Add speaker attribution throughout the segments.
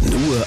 Speaker 1: Kultur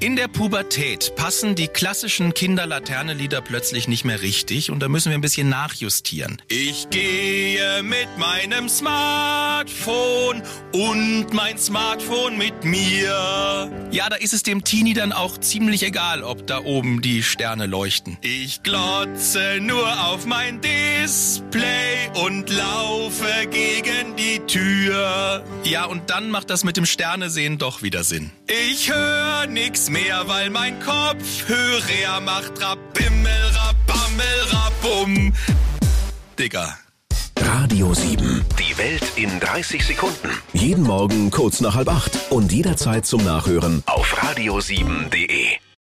Speaker 2: In der Pubertät passen die klassischen Kinderlaterne-Lieder plötzlich nicht mehr richtig und da müssen wir ein bisschen nachjustieren. Ich gehe mit meinem Smartphone und mein Smartphone mit mir. Ja, da ist es dem Teenie dann auch ziemlich egal, ob da oben die Sterne leuchten. Ich glotze nur auf mein Display und laufe gegen die Tür. Ja, und dann macht das mit dem Sternesehen doch wieder Sinn. Ich höre nix mehr, weil mein Kopfhörer macht Rabimmel, Rabammel, Rabum. Digga.
Speaker 1: Radio 7.
Speaker 3: Die Welt in 30 Sekunden.
Speaker 1: Jeden Morgen kurz nach halb acht und jederzeit zum Nachhören
Speaker 3: Auf radio7.de.